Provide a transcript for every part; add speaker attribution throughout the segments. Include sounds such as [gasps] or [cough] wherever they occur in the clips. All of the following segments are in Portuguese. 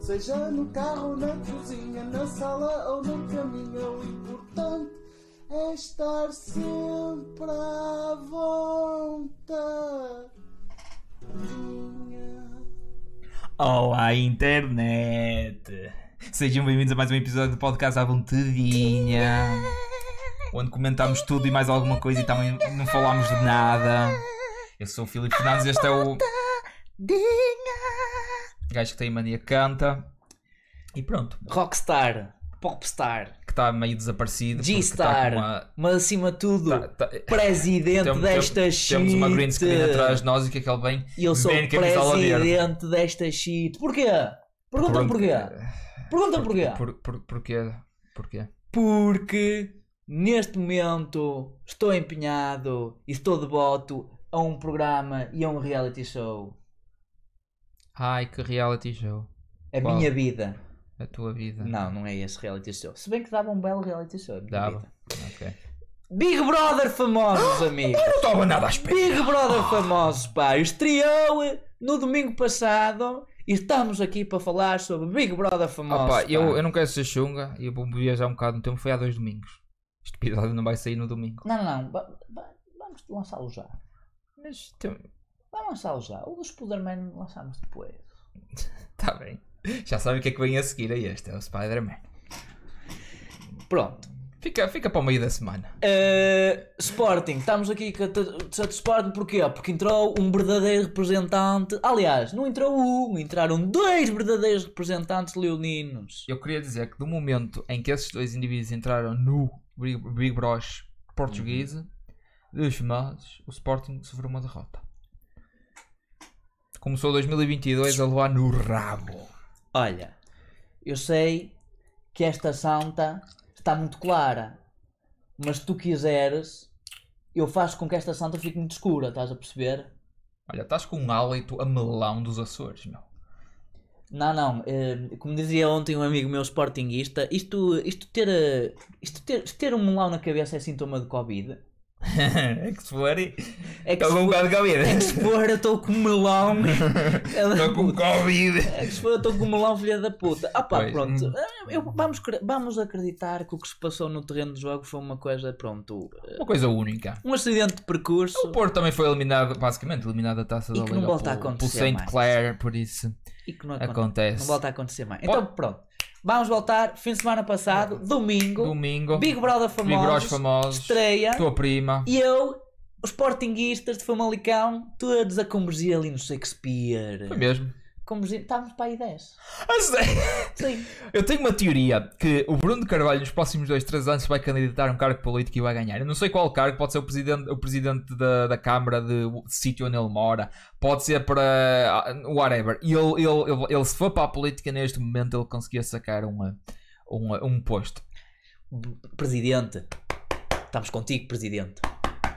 Speaker 1: Seja no carro, na cozinha, na sala ou no caminho, o importante é estar sempre à vontade.
Speaker 2: Olá, internet! Sejam bem-vindos a mais um episódio do podcast à Vontadinha, onde comentámos tudo e mais alguma coisa e também não falámos de nada. Eu sou o Filipe Fernandes e este é o gajo que tem mania que canta. E pronto,
Speaker 3: Rockstar, popstar,
Speaker 2: que está meio desaparecido. porque está
Speaker 3: G-Star,
Speaker 2: com uma-
Speaker 3: mas acima de tudo,
Speaker 2: tá- tá-
Speaker 3: presidente
Speaker 2: Temos-
Speaker 3: desta
Speaker 2: um- temos,
Speaker 3: shit.
Speaker 2: temos uma green screen atrás de nós e o que é que é ele vem?
Speaker 3: E eu sou
Speaker 2: Bem, camisola verde.
Speaker 3: presidente desta shit. Porquê? Pergunta-me porquê. Pergunta-me porquê.
Speaker 2: Por, por, porquê? Porquê?
Speaker 3: Porque neste momento estou empenhado e estou devoto a um programa e a um reality show.
Speaker 2: Ai, que reality show.
Speaker 3: A
Speaker 2: Qual?
Speaker 3: minha vida.
Speaker 2: A tua vida.
Speaker 3: Não, não é esse reality show. Se bem que dava um belo reality show. a minha
Speaker 2: Dava.
Speaker 3: vida.
Speaker 2: Ok.
Speaker 3: Big
Speaker 2: [gasps]
Speaker 3: Brother famosos, amigos.
Speaker 2: Não estava nada à espera.
Speaker 3: Big Brother famosos, pá, estreou eh, no domingo passado e estamos aqui para falar sobre Big Brother famosos.
Speaker 2: Opa,
Speaker 3: pá.
Speaker 2: eu, eu não quero ser chunga e eu vou viajar um bocado no tempo. Foi há dois domingos. Este episódio não vai sair no domingo.
Speaker 3: Não, não, não, va- va- vamos lançá-lo já.
Speaker 2: Mas tem-
Speaker 3: Vamos lançá-lo já. O do Spider-Man lançámos depois.
Speaker 2: tá bem. Já sabem o que é que vem a seguir a este. É o Spider-Man.
Speaker 3: Pronto.
Speaker 2: Fica, fica para o meio da semana.
Speaker 3: Eh, Sporting, estamos aqui com a t- t- de Sporting porquê? Porque entrou um verdadeiro representante. Aliás, não entrou um, entraram dois verdadeiros representantes leoninos.
Speaker 2: Eu queria dizer que do momento em que esses dois indivíduos entraram no Big, Big Bros português, dos famosos, o Sporting sofreu uma derrota. Começou 2022 a levar no rabo.
Speaker 3: Olha, eu sei que esta santa está muito clara, mas se tu quiseres, eu faço com que esta santa fique muito escura, estás a perceber?
Speaker 2: Olha, estás com um hálito a melão dos Açores, meu.
Speaker 3: Não, não, eh, como dizia ontem um amigo meu sportinguista, isto, isto, ter, eh, isto ter, isto ter um melão na cabeça é sintoma de Covid.
Speaker 2: [laughs] é que se for. Estou
Speaker 3: É que se
Speaker 2: com um bocado de
Speaker 3: é que
Speaker 2: Covid.
Speaker 3: se for, eu estou com
Speaker 2: [laughs]
Speaker 3: melão.
Speaker 2: Estou
Speaker 3: [laughs]
Speaker 2: com um Covid.
Speaker 3: É que se for, eu estou com o melão, filha da puta. Ah pá,
Speaker 2: Pois.
Speaker 3: pronto. Ah, eu- vamos, cre- vamos acreditar que o que se passou no terreno de jogo foi uma coisa, pronto, eh,
Speaker 2: Uma coisa única.
Speaker 3: um acidente de percurso.
Speaker 2: O Porto também foi eliminado, basicamente, eliminado da taça
Speaker 3: E
Speaker 2: da
Speaker 3: que
Speaker 2: Liga
Speaker 3: não volta a
Speaker 2: pelo-
Speaker 3: acontecer
Speaker 2: pelo St.
Speaker 3: mais.
Speaker 2: Clair, por isso
Speaker 3: E que não, aconte-
Speaker 2: acontece.
Speaker 3: não volta a acontecer mais. Então pronto, vamos voltar, fim de semana passado, domingo,
Speaker 2: Domingo,
Speaker 3: Big Brother
Speaker 2: Big Bros
Speaker 3: famosos,
Speaker 2: famosos,
Speaker 3: estreia,
Speaker 2: tua prima.
Speaker 3: e eu, os sportinguistas de Famalicão, todos a convergir ali no Shakespeare.
Speaker 2: Foi mesmo.
Speaker 3: Convergir, estávamos para aí 10.
Speaker 2: Ah, sei.
Speaker 3: Sim.
Speaker 2: Eu tenho uma teoria que o Bruno de Carvalho nos próximos 2, 3 anos vai candidatar a um cargo político e vai ganhar. Eu não sei qual cargo, pode ser o presidente, o presidente da, da Câmara de, de sítio onde ele mora, pode ser para ah, whatever. E ele, ele, ele, ele, se for para a política neste momento, ele conseguia sacar uma, uma- um posto.
Speaker 3: B- Presidente, estamos contigo, Presidente.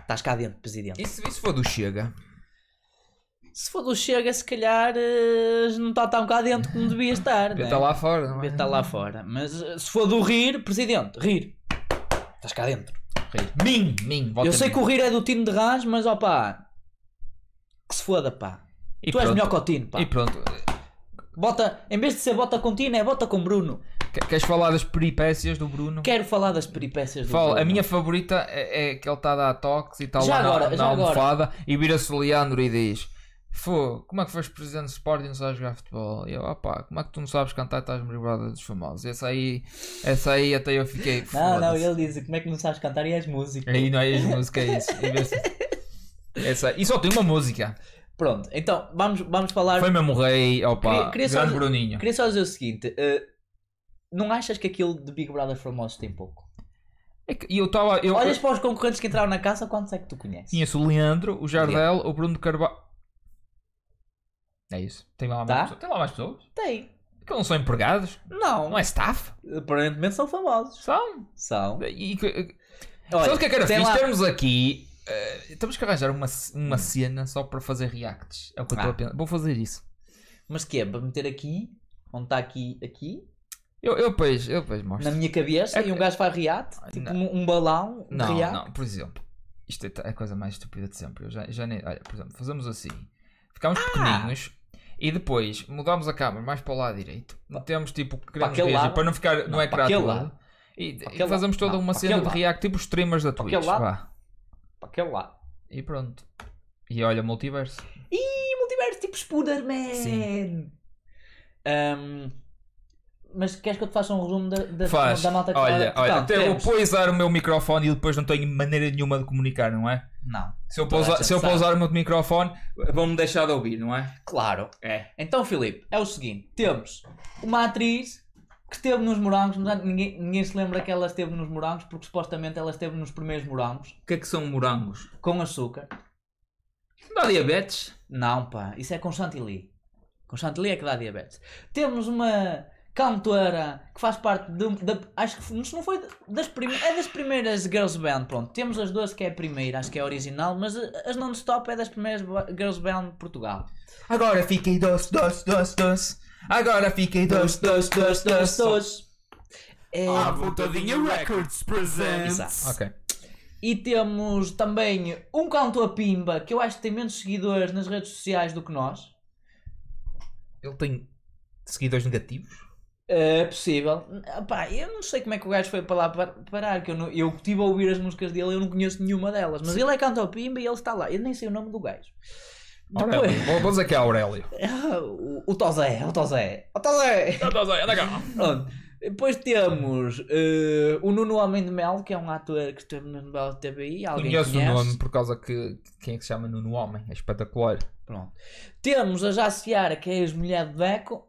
Speaker 3: Estás cá dentro, Presidente.
Speaker 2: E se isso for do Chega?
Speaker 3: Se for do Chega, se calhar eh, não está tão cá dentro como devia estar.
Speaker 2: Devia
Speaker 3: né?
Speaker 2: estar lá fora, não é?
Speaker 3: Devia estar lá fora. Mas eh, se for do rir, Presidente, rir. Estás cá dentro.
Speaker 2: Rir. Mim, mim, vota
Speaker 3: Eu sei
Speaker 2: em
Speaker 3: que o rir é do Tino de Rãs, mas opá. Que se foda, pá.
Speaker 2: mim. E
Speaker 3: tu és
Speaker 2: pronto.
Speaker 3: melhor que o Tino, pá.
Speaker 2: E pronto.
Speaker 3: Bota, em vez de ser bota com Tino, é bota com Bruno.
Speaker 2: Que- Queres falar das peripécias do Bruno?
Speaker 3: Quero falar das peripécias do
Speaker 2: Fala,
Speaker 3: Bruno.
Speaker 2: a minha favorita é, é que ele está a dar toques e está
Speaker 3: Já
Speaker 2: lá na-
Speaker 3: agora,
Speaker 2: na,
Speaker 3: já agora.
Speaker 2: almofada e vira-se o Leandro e diz: Fô, como é que foste presidente do Sporting e não sabes jogar futebol? E eu, opá, como é que tu não sabes cantar e estás brigada dos famosos? Essa aí, essa aí até eu fiquei.
Speaker 3: [laughs] Não, não,
Speaker 2: "Foda-se."
Speaker 3: ele diz como é que não sabes cantar e és músico.
Speaker 2: Aí não é as música, é isso. E,
Speaker 3: [laughs]
Speaker 2: vê-se- essa, e só tem uma música.
Speaker 3: Pronto, então vamos, vamos falar.
Speaker 2: Foi mesmo rei, opá,
Speaker 3: Queria- queria só
Speaker 2: grande
Speaker 3: dizer-
Speaker 2: Bruninho.
Speaker 3: Queria só dizer o seguinte: eh, não achas que aquilo de Big Brother Famoso tem pouco?
Speaker 2: É que- E eu estava. Eu,
Speaker 3: Olhas para os concorrentes que entraram na casa, quantos é que tu conheces?
Speaker 2: Conheço o Leandro, o Jardel, o Bruno de Carvalho. É isso. Tem lá, mais
Speaker 3: Tá.
Speaker 2: pessoas? tem lá mais pessoas?
Speaker 3: Tem.
Speaker 2: Que não são empregados?
Speaker 3: Não,
Speaker 2: Não é staff?
Speaker 3: aparentemente são famosos.
Speaker 2: São.
Speaker 3: São.
Speaker 2: E, que-
Speaker 3: Olha,
Speaker 2: sabe o que é que era
Speaker 3: tem
Speaker 2: fixe?
Speaker 3: lá- Hum.
Speaker 2: Termos aqui. eh, temos que arranjar uma, uma cena só para fazer reacts. É o que eu estou
Speaker 3: Ah.
Speaker 2: a pensar. Vou fazer isso.
Speaker 3: Mas que é? Para meter aqui, onde está aqui, aqui,
Speaker 2: Eu, eu depois, eu depois
Speaker 3: na
Speaker 2: mostro.
Speaker 3: minha cabeça,
Speaker 2: É-
Speaker 3: e um gajo faz reato, tipo um, um balão, um
Speaker 2: Não,
Speaker 3: reato.
Speaker 2: não, por exemplo. é
Speaker 3: Ah!
Speaker 2: Isto é a coisa mais estúpida de sempre. Eu já, já nem. Olha, por exemplo, fazemos assim. Ficámos pequeninos E depois mudamos a câmera mais para o lado direito. Metemos tipo o que queremos
Speaker 3: aquele
Speaker 2: reagir,
Speaker 3: lado?
Speaker 2: para não ficar
Speaker 3: Não,
Speaker 2: no
Speaker 3: para
Speaker 2: ecrã
Speaker 3: aquele
Speaker 2: todo.
Speaker 3: lado.
Speaker 2: E,
Speaker 3: Para
Speaker 2: e
Speaker 3: aquele
Speaker 2: fazemos
Speaker 3: lado.
Speaker 2: toda
Speaker 3: Não,
Speaker 2: uma
Speaker 3: para
Speaker 2: cena
Speaker 3: aquele
Speaker 2: de
Speaker 3: lado.
Speaker 2: react, tipo os streamers da
Speaker 3: Para
Speaker 2: Twitch.
Speaker 3: aquele lado.
Speaker 2: Vá.
Speaker 3: Para aquele lado.
Speaker 2: E pronto. E olha, multiverso. É
Speaker 3: E multiverso tipo Spooderman!
Speaker 2: Sim.
Speaker 3: Ahm, mas queres que eu te faça um resumo da, da,
Speaker 2: Faz.
Speaker 3: da malta que
Speaker 2: olha, um
Speaker 3: fala?
Speaker 2: olha,
Speaker 3: Portanto,
Speaker 2: até vou
Speaker 3: temos-
Speaker 2: pousar o meu microfone e depois não tenho maneira nenhuma de comunicar, não é?
Speaker 3: Não,
Speaker 2: Se eu,
Speaker 3: Toda a
Speaker 2: pousar,
Speaker 3: gente
Speaker 2: se eu
Speaker 3: sabe.
Speaker 2: pousar o meu microfone, vão-me deixar de ouvir, não é?
Speaker 3: claro.
Speaker 2: É.
Speaker 3: Então, Filipe, é o seguinte: temos uma atriz que esteve nos morangos, mas ninguém, ninguém se lembra que ela esteve nos morangos, porque supostamente ela esteve nos primeiros morangos,
Speaker 2: O que é que são morangos?
Speaker 3: com açúcar.
Speaker 2: Dá diabetes?
Speaker 3: Não, pá, isso é com chantilly. Com chantilly é que dá diabetes. Temos uma cantora que faz parte de, um- da- acho que foi- se não foi das primeiras, é das primeiras girls band, pronto. Temos as duas que é a primeira, acho que é a original, mas eh, as non-stop é das primeiras ba- girls band de Portugal.
Speaker 2: Agora fiquei doce, doce, doce, doce. Agora fiquei doce, doce, doce, doce.
Speaker 3: Pessoas. É,
Speaker 2: Voltadinha Records
Speaker 3: Exato.
Speaker 2: Ok.
Speaker 3: E temos também um cantor Pimba, que eu acho que tem menos seguidores nas redes sociais do que nós.
Speaker 2: Ele tem seguidores negativos?
Speaker 3: É possível. Pá, eu não sei como é que o gajo foi para lá par- parar, que eu, não, eu estive a ouvir as músicas dele eu não conheço nenhuma delas. Mas ele é cantor Pimba e ele está lá. Eu nem sei o nome do gajo.
Speaker 2: Aurélio.
Speaker 3: Depois, [laughs]
Speaker 2: Vou- Vou dizer que é Aurélio.
Speaker 3: o, o Tozé, o Tozé, o Tozé.
Speaker 2: Anda cá.
Speaker 3: Pronto. Depois temos eh, o Nuno Homem de Mel, que é um ator que esteve no Nobel de TBI. Alguém
Speaker 2: Conheço
Speaker 3: conhece?
Speaker 2: o nome por causa que quem é que se chama Nuno Homem? É espetacular.
Speaker 3: Pronto. Temos a Jaciara, que é ex-mulher de Deco.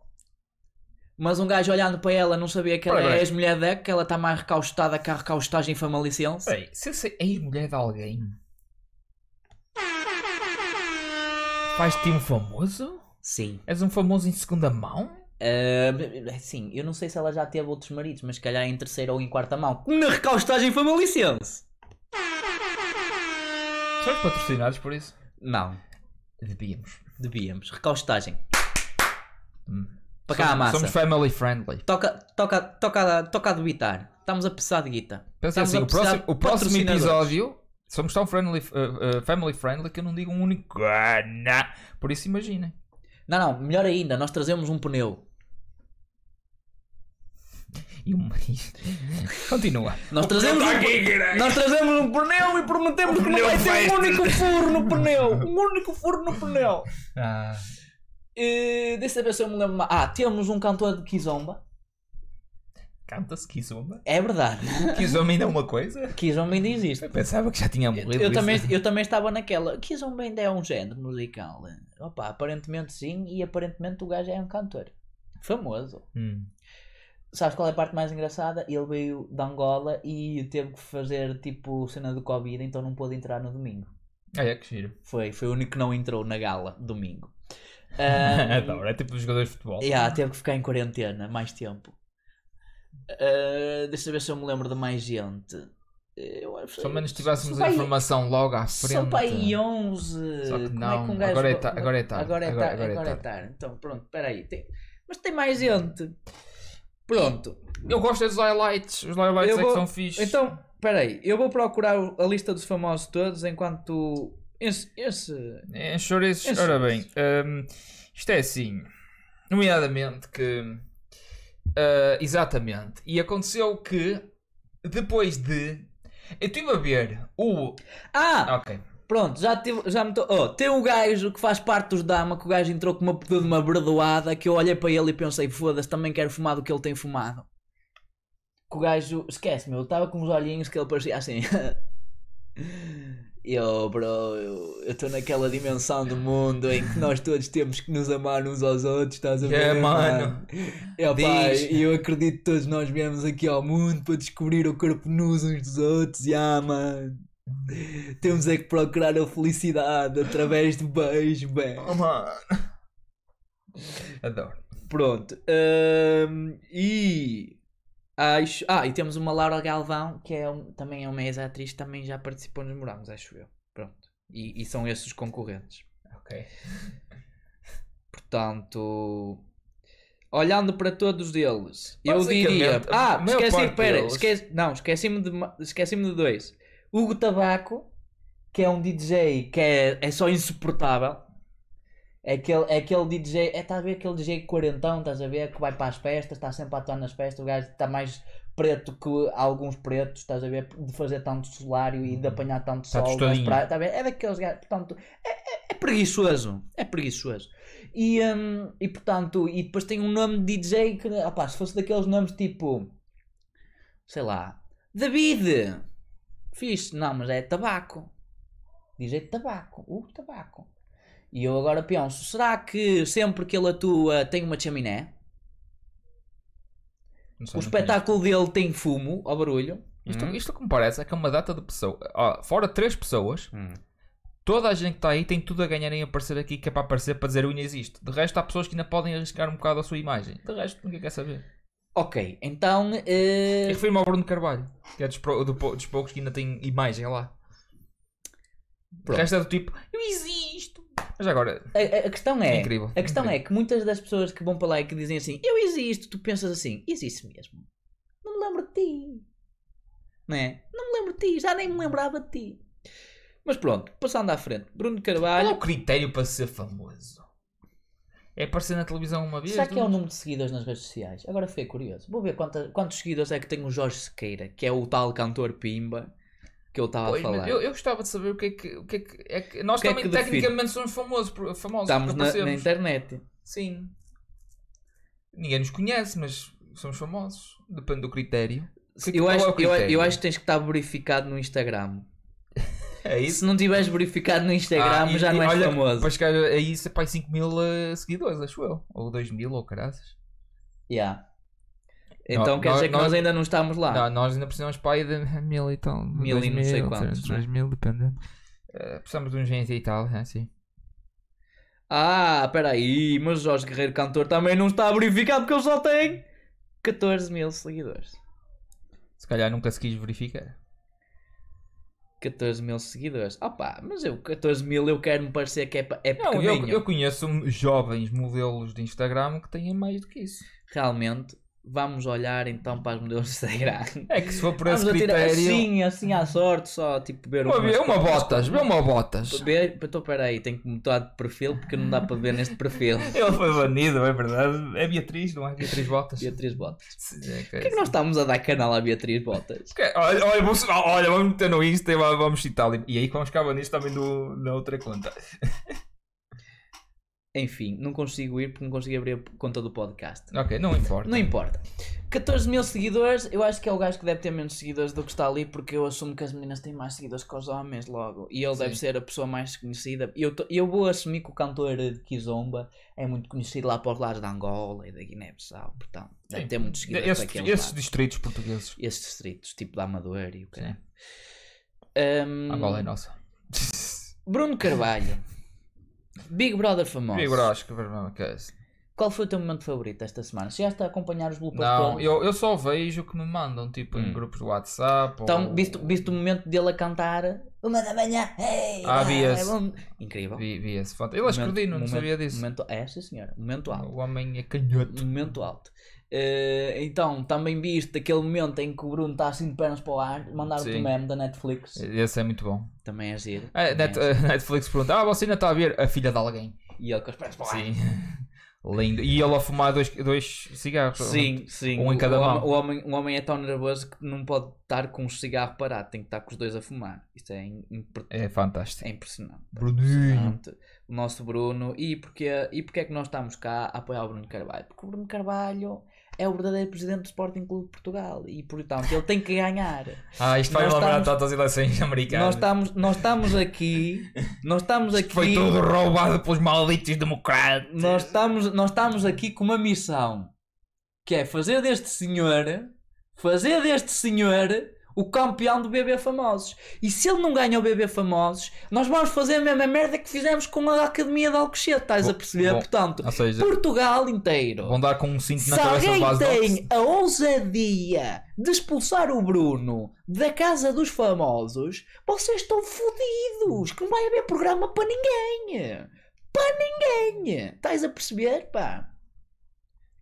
Speaker 3: Mas um gajo olhando para ela não sabia que ela
Speaker 2: Ora bem.
Speaker 3: é ex-mulher de Deco, que ela está mais recaustada que a recaustagem famalicense.
Speaker 2: Peraí, se essa é a mulher de alguém, faz-te um famoso?
Speaker 3: Sim.
Speaker 2: És um famoso em segunda mão?
Speaker 3: Ah, sim, eu não sei se ela já teve outros maridos, mas se calhar em terceira ou em quarta mão. Na recaustagem famalicense.
Speaker 2: Somos patrocinados por isso?
Speaker 3: Não,
Speaker 2: Devíamos.
Speaker 3: devíamos. Recaustagem.
Speaker 2: Hum.
Speaker 3: Para cá a
Speaker 2: Somos-
Speaker 3: massa.
Speaker 2: Somos family friendly.
Speaker 3: Toca, toca, toca, toca a debitar. Estamos a precisar de guita.
Speaker 2: Pensa
Speaker 3: Estamos
Speaker 2: assim,
Speaker 3: a
Speaker 2: o
Speaker 3: precisar
Speaker 2: próximo,
Speaker 3: de
Speaker 2: o próximo
Speaker 3: patrocinadores.
Speaker 2: episódio somos tão friendly, uh, uh, family friendly que eu não digo um único. Ah, na. Por isso imaginem.
Speaker 3: Não, não, melhor ainda, nós trazemos um pneu.
Speaker 2: E um... [laughs] Continua.
Speaker 3: Nós trazemos,
Speaker 2: tá
Speaker 3: um, nós trazemos um pneu e prometemos que não vai ter um único furo no pneu. Um único furo no pneu.
Speaker 2: Ah,
Speaker 3: E, deixa eu ver se eu me lembro. mais. Ah, temos um cantor de Kizomba.
Speaker 2: Canta-se Kizomba.
Speaker 3: É verdade.
Speaker 2: Kizomba ainda é uma coisa?
Speaker 3: Kizomba ainda existe.
Speaker 2: Eu pensava que já tinha morrido.
Speaker 3: Eu
Speaker 2: isso.
Speaker 3: também, eu também estava naquela. Kizomba ainda é um género musical. Opa, aparentemente sim, e aparentemente o gajo é um cantor. Famoso.
Speaker 2: Hum.
Speaker 3: Sabes qual é a parte mais engraçada? Ele veio de Angola e teve que fazer tipo cena do Covid, então não pôde entrar no domingo.
Speaker 2: Ah, é que giro.
Speaker 3: Foi, foi o único que não entrou na gala domingo.
Speaker 2: [laughs]
Speaker 3: Ah,
Speaker 2: Adoro, é tipo os jogadores de futebol.
Speaker 3: yeah, teve que ficar em quarentena mais tempo. Ah, deixa eu ver se eu me lembro de mais gente. Eu acho-
Speaker 2: Se ao menos tivéssemos
Speaker 3: Só
Speaker 2: a
Speaker 3: para aí-
Speaker 2: informação logo à frente.
Speaker 3: São para aí 11.
Speaker 2: Só que
Speaker 3: Como
Speaker 2: não,
Speaker 3: é que um gajo
Speaker 2: agora é
Speaker 3: va-
Speaker 2: ta- agora é tarde,
Speaker 3: Agora é
Speaker 2: agora-
Speaker 3: tarde.
Speaker 2: agora é
Speaker 3: agora é
Speaker 2: tarde.
Speaker 3: tarde. Então, pronto, espera aí. Tem- Mas tem mais gente. Pronto.
Speaker 2: Eu gosto é dos highlights. Os highlights
Speaker 3: Eu
Speaker 2: é
Speaker 3: vou-
Speaker 2: que são fixes.
Speaker 3: Então, peraí, eu vou procurar o- a lista dos famosos todos enquanto tu- esse, esse-
Speaker 2: É, chouriços.
Speaker 3: Esses-
Speaker 2: Ora bem, hum, isto é assim. Nomeadamente que. ah, exatamente. E aconteceu que depois de. Eu estive a ver o.
Speaker 3: Ah,
Speaker 2: Ok.
Speaker 3: pronto, já, tive, já me estou. Oh, tem um gajo que faz parte dos Dama que o gajo entrou com uma pedida de uma bradoada que eu olhei para ele e pensei, foda-se, também quero fumar do que ele tem fumado. Que o gajo, esquece, meu, eu estava com uns olhinhos que ele parecia assim. [laughs] Eu, bro, eu estou naquela dimensão do mundo em que nós todos temos que nos amar uns aos outros, estás a ver?
Speaker 2: É, mano.
Speaker 3: É, pá,
Speaker 2: Diz.
Speaker 3: eu acredito que todos nós viemos aqui ao mundo para descobrir o corpo nus uns dos outros. E ah, mano, temos é que procurar a felicidade através do beijo, bem.
Speaker 2: Oh, mano. Adoro.
Speaker 3: Pronto. hum, e. Acho... Ah, e temos uma Laura Galvão, que é um- também é uma ex-atriz, também já participou nos Morangos, acho eu. Pronto. E, e são esses os concorrentes.
Speaker 2: Ok.
Speaker 3: Portanto, olhando para todos eles, eu
Speaker 2: Basicamente,
Speaker 3: diria.
Speaker 2: a
Speaker 3: Ah,
Speaker 2: maior
Speaker 3: esqueci,
Speaker 2: parte
Speaker 3: pera,
Speaker 2: deles-
Speaker 3: esqueci, não, esqueci-me de, ma- esqueci-me de dois: Hugo Tabaco, que é um DJ que é, é só insuportável. É aquele, é aquele DJ, é, estás a ver aquele DJ quarentão, estás a ver, que vai para as festas, está sempre a atuar nas festas, o gajo está mais preto que alguns pretos, estás a ver, de fazer tanto solário e
Speaker 2: Uhum.
Speaker 3: de apanhar tanto
Speaker 2: Está
Speaker 3: sol, nas
Speaker 2: tostadinho.
Speaker 3: praias, estás a ver, é daqueles gajos, portanto, é, é- é preguiçoso, é preguiçoso. E, hum, e portanto, e depois tem um nome de DJ que, opá, se fosse daqueles nomes tipo, sei lá, David, fixe, não, mas é tabaco, DJ de tabaco, uh, tabaco. E eu agora penso, será que sempre que ele atua tem uma chaminé?
Speaker 2: Não sei,
Speaker 3: O
Speaker 2: não conheço.
Speaker 3: espetáculo dele tem fumo ao barulho?
Speaker 2: Isto, isto que me parece é que é uma data de pessoa. ó, fora três pessoas, toda a gente que está aí tem tudo a ganhar em aparecer aqui, que é para aparecer para dizer unha existe. De resto, há pessoas que ainda podem arriscar um bocado a sua imagem. De resto, ninguém quer saber. É
Speaker 3: Ok, então. eh,
Speaker 2: Eu refiro-me ao Bruno Carvalho, que é dos, pro- do pou- dos poucos que ainda tem imagem lá. O
Speaker 3: Pronto.
Speaker 2: resto é do tipo, eu existo. Mas agora,
Speaker 3: a- a, a questão é.
Speaker 2: Incrível,
Speaker 3: A questão
Speaker 2: incrível.
Speaker 3: é que muitas das pessoas que vão para lá e que dizem assim: Eu existo, tu pensas assim: Existe mesmo. Não me lembro de ti. Né? Não me lembro de ti, já nem me lembrava de ti. Mas pronto, passando à frente,
Speaker 2: qual
Speaker 3: Bruno
Speaker 2: é
Speaker 3: Carvalho.
Speaker 2: o critério para ser famoso? É aparecer na televisão uma vez?
Speaker 3: Será que é o
Speaker 2: duas?
Speaker 3: número de seguidores nas redes sociais? Agora fiquei curioso. Vou ver quanta- quantos seguidores é que tem o Jorge Sequeira, que é o tal cantor Pimba que eu estava a
Speaker 2: Pois, mas
Speaker 3: falar.
Speaker 2: eu, eu gostava de saber o que é que. O que, é que, é que- nós
Speaker 3: O que é
Speaker 2: também
Speaker 3: que define?
Speaker 2: tecnicamente somos famosos, por- famosos
Speaker 3: Estamos
Speaker 2: porque
Speaker 3: na, na
Speaker 2: aparecemos.
Speaker 3: internet.
Speaker 2: Sim. Ninguém nos conhece, mas somos famosos. Depende do critério. Que-
Speaker 3: eu,
Speaker 2: qual é
Speaker 3: acho,
Speaker 2: o
Speaker 3: eu,
Speaker 2: critério?
Speaker 3: eu acho que tens que estar verificado no Instagram.
Speaker 2: É
Speaker 3: E se não tiveres verificado no Instagram,
Speaker 2: Ah, e-
Speaker 3: já
Speaker 2: e
Speaker 3: não és
Speaker 2: olha,
Speaker 3: famoso.
Speaker 2: Para chegar a isso, é para 5 mil eh, seguidores, acho eu. Ou 2 mil, ou caraças.
Speaker 3: Yeah. Então
Speaker 2: Não,
Speaker 3: quer
Speaker 2: nós-
Speaker 3: dizer que nós,
Speaker 2: nós-
Speaker 3: ainda não estamos lá.
Speaker 2: Não, nós ainda precisamos para aí de [laughs] mil e tal.
Speaker 3: Mil
Speaker 2: dois
Speaker 3: e não sei
Speaker 2: mil,
Speaker 3: quantos,
Speaker 2: três-
Speaker 3: não é?
Speaker 2: dois mil, dependendo. Eh, precisamos de uns 20 e tal, é assim.
Speaker 3: Ah, peraí, mas Jorge Guerreiro Cantor também não está verificado porque ele só tem 14 mil seguidores.
Speaker 2: Se calhar nunca se quis verificar.
Speaker 3: 14 mil seguidores. Opa, mas eu 14 mil eu quero me parecer que é, pa- é
Speaker 2: Não, eu,
Speaker 3: pequenininho.
Speaker 2: eu conheço um, jovens modelos de Instagram que têm mais do que isso.
Speaker 3: Realmente, vamos olhar então para os modelos de [laughs] Instagram.
Speaker 2: É que se for por
Speaker 3: Vamos
Speaker 2: esse
Speaker 3: a tirar
Speaker 2: critério.
Speaker 3: assim, assim à sorte, só tipo ver
Speaker 2: Uma,
Speaker 3: umas
Speaker 2: vê uma
Speaker 3: coisas.
Speaker 2: botas, vê uma botas.
Speaker 3: Ver, então peraí, tenho que mudar de perfil porque não dá para ver neste [laughs] perfil.
Speaker 2: Ele foi banido, é verdade. É Beatriz, não é? Beatriz Botas.
Speaker 3: Beatriz Botas.
Speaker 2: É,
Speaker 3: Por que é que nós estamos a dar canal à Beatriz Botas?
Speaker 2: Que- Olha, olha, vamos, olha, vamos meter no Insta e vamos, vamos citar ali. E aí que vamos ficar nisso também do, na outra conta.
Speaker 3: Enfim, não consigo ir porque não consigo abrir a conta do podcast.
Speaker 2: Ok, não importa.
Speaker 3: Não importa. 14 mil seguidores, eu acho que é o gajo que deve ter menos seguidores do que está ali, porque eu assumo que as meninas têm mais seguidores que os homens logo. E ele
Speaker 2: Sim.
Speaker 3: deve ser a pessoa mais conhecida. E eu, tô- eu vou assumir que o cantor de Kizomba é muito conhecido lá para os lados da Angola e da Guiné-Bissau, portanto, deve
Speaker 2: Sim.
Speaker 3: ter muitos seguidores
Speaker 2: Esse-
Speaker 3: daquele
Speaker 2: esses
Speaker 3: lado.
Speaker 2: distritos portugueses.
Speaker 3: Esses distritos, tipo da Amador e o que
Speaker 2: Sim. A bola é
Speaker 3: um,
Speaker 2: nossa.
Speaker 3: Bruno
Speaker 2: [laughs]
Speaker 3: Carvalho, Big Brother famoso.
Speaker 2: Big Brother, acho que não, que é esse.
Speaker 3: Qual foi o teu momento favorito esta semana? Se já está a acompanhar os bloopers
Speaker 2: Não,
Speaker 3: todos?
Speaker 2: eu, eu só vejo o que me mandam, tipo em
Speaker 3: Hum.
Speaker 2: grupos de WhatsApp.
Speaker 3: Então,
Speaker 2: ou...
Speaker 3: viste, viste o momento dele a cantar Uma da manhã, hey,
Speaker 2: Ah, vi
Speaker 3: é
Speaker 2: esse.
Speaker 3: bom." Incrível.
Speaker 2: Vi, vi esse foto. Eu acho que perdi, não
Speaker 3: momento,
Speaker 2: sabia disso.
Speaker 3: Momento, é, sim senhora. Momento alto.
Speaker 2: o homem é canhoto.
Speaker 3: Momento alto. Eh, então, também viste aquele momento em que o Bruno está assim de pernas para o ar, mandaram-te
Speaker 2: Sim.
Speaker 3: o meme da Netflix.
Speaker 2: Esse é muito bom.
Speaker 3: Também é giro.
Speaker 2: A
Speaker 3: também é
Speaker 2: Net- [laughs]
Speaker 3: giro.
Speaker 2: a Netflix pergunta: Ah, você ainda está a ver a filha de alguém?
Speaker 3: E ele com as pernas para o ar.
Speaker 2: Sim. [laughs] Lindo. E ele a fumar dois, dois cigarros.
Speaker 3: Sim, sim.
Speaker 2: Um em
Speaker 3: O-
Speaker 2: cada
Speaker 3: o,
Speaker 2: mão.
Speaker 3: homem- O homem, o homem é tão nervoso que não pode estar com um cigarro parado, tem que estar com os dois a fumar. Isto é, im- impre-
Speaker 2: É fantástico.
Speaker 3: é impressionante.
Speaker 2: Bruninho.
Speaker 3: Impressionante. O nosso Bruno. E porque, e porque é que nós estamos cá a apoiar o Bruno Carvalho? Porque o Bruno Carvalho é o verdadeiro presidente do Sporting Clube de Portugal e, portanto, ele tem que
Speaker 2: [laughs]
Speaker 3: ganhar.
Speaker 2: Ah, isto vai
Speaker 3: Nós
Speaker 2: lembrar
Speaker 3: estamos-
Speaker 2: tanto as eleições americanas.
Speaker 3: nós, estamos, nós estamos aqui. Nós estamos aqui.
Speaker 2: Foi tudo roubado pelos malditos democratas.
Speaker 3: nós estamos, nós estamos aqui com uma missão que é fazer deste senhor fazer deste senhor o campeão do BB Famosos e se ele não ganha o BB Famosos nós vamos fazer a mesma merda que fizemos com a Academia de Alcochete estás a
Speaker 2: Bom,
Speaker 3: perceber?
Speaker 2: bom.
Speaker 3: Portanto
Speaker 2: Ou seja,
Speaker 3: Portugal inteiro
Speaker 2: vão dar com um cinto na
Speaker 3: se
Speaker 2: cabeça de
Speaker 3: alguém
Speaker 2: base
Speaker 3: tem a ousadia de expulsar o Bruno da casa dos famosos, vocês estão fodidos, que não vai haver programa para ninguém. Para ninguém. Estás a perceber, pá?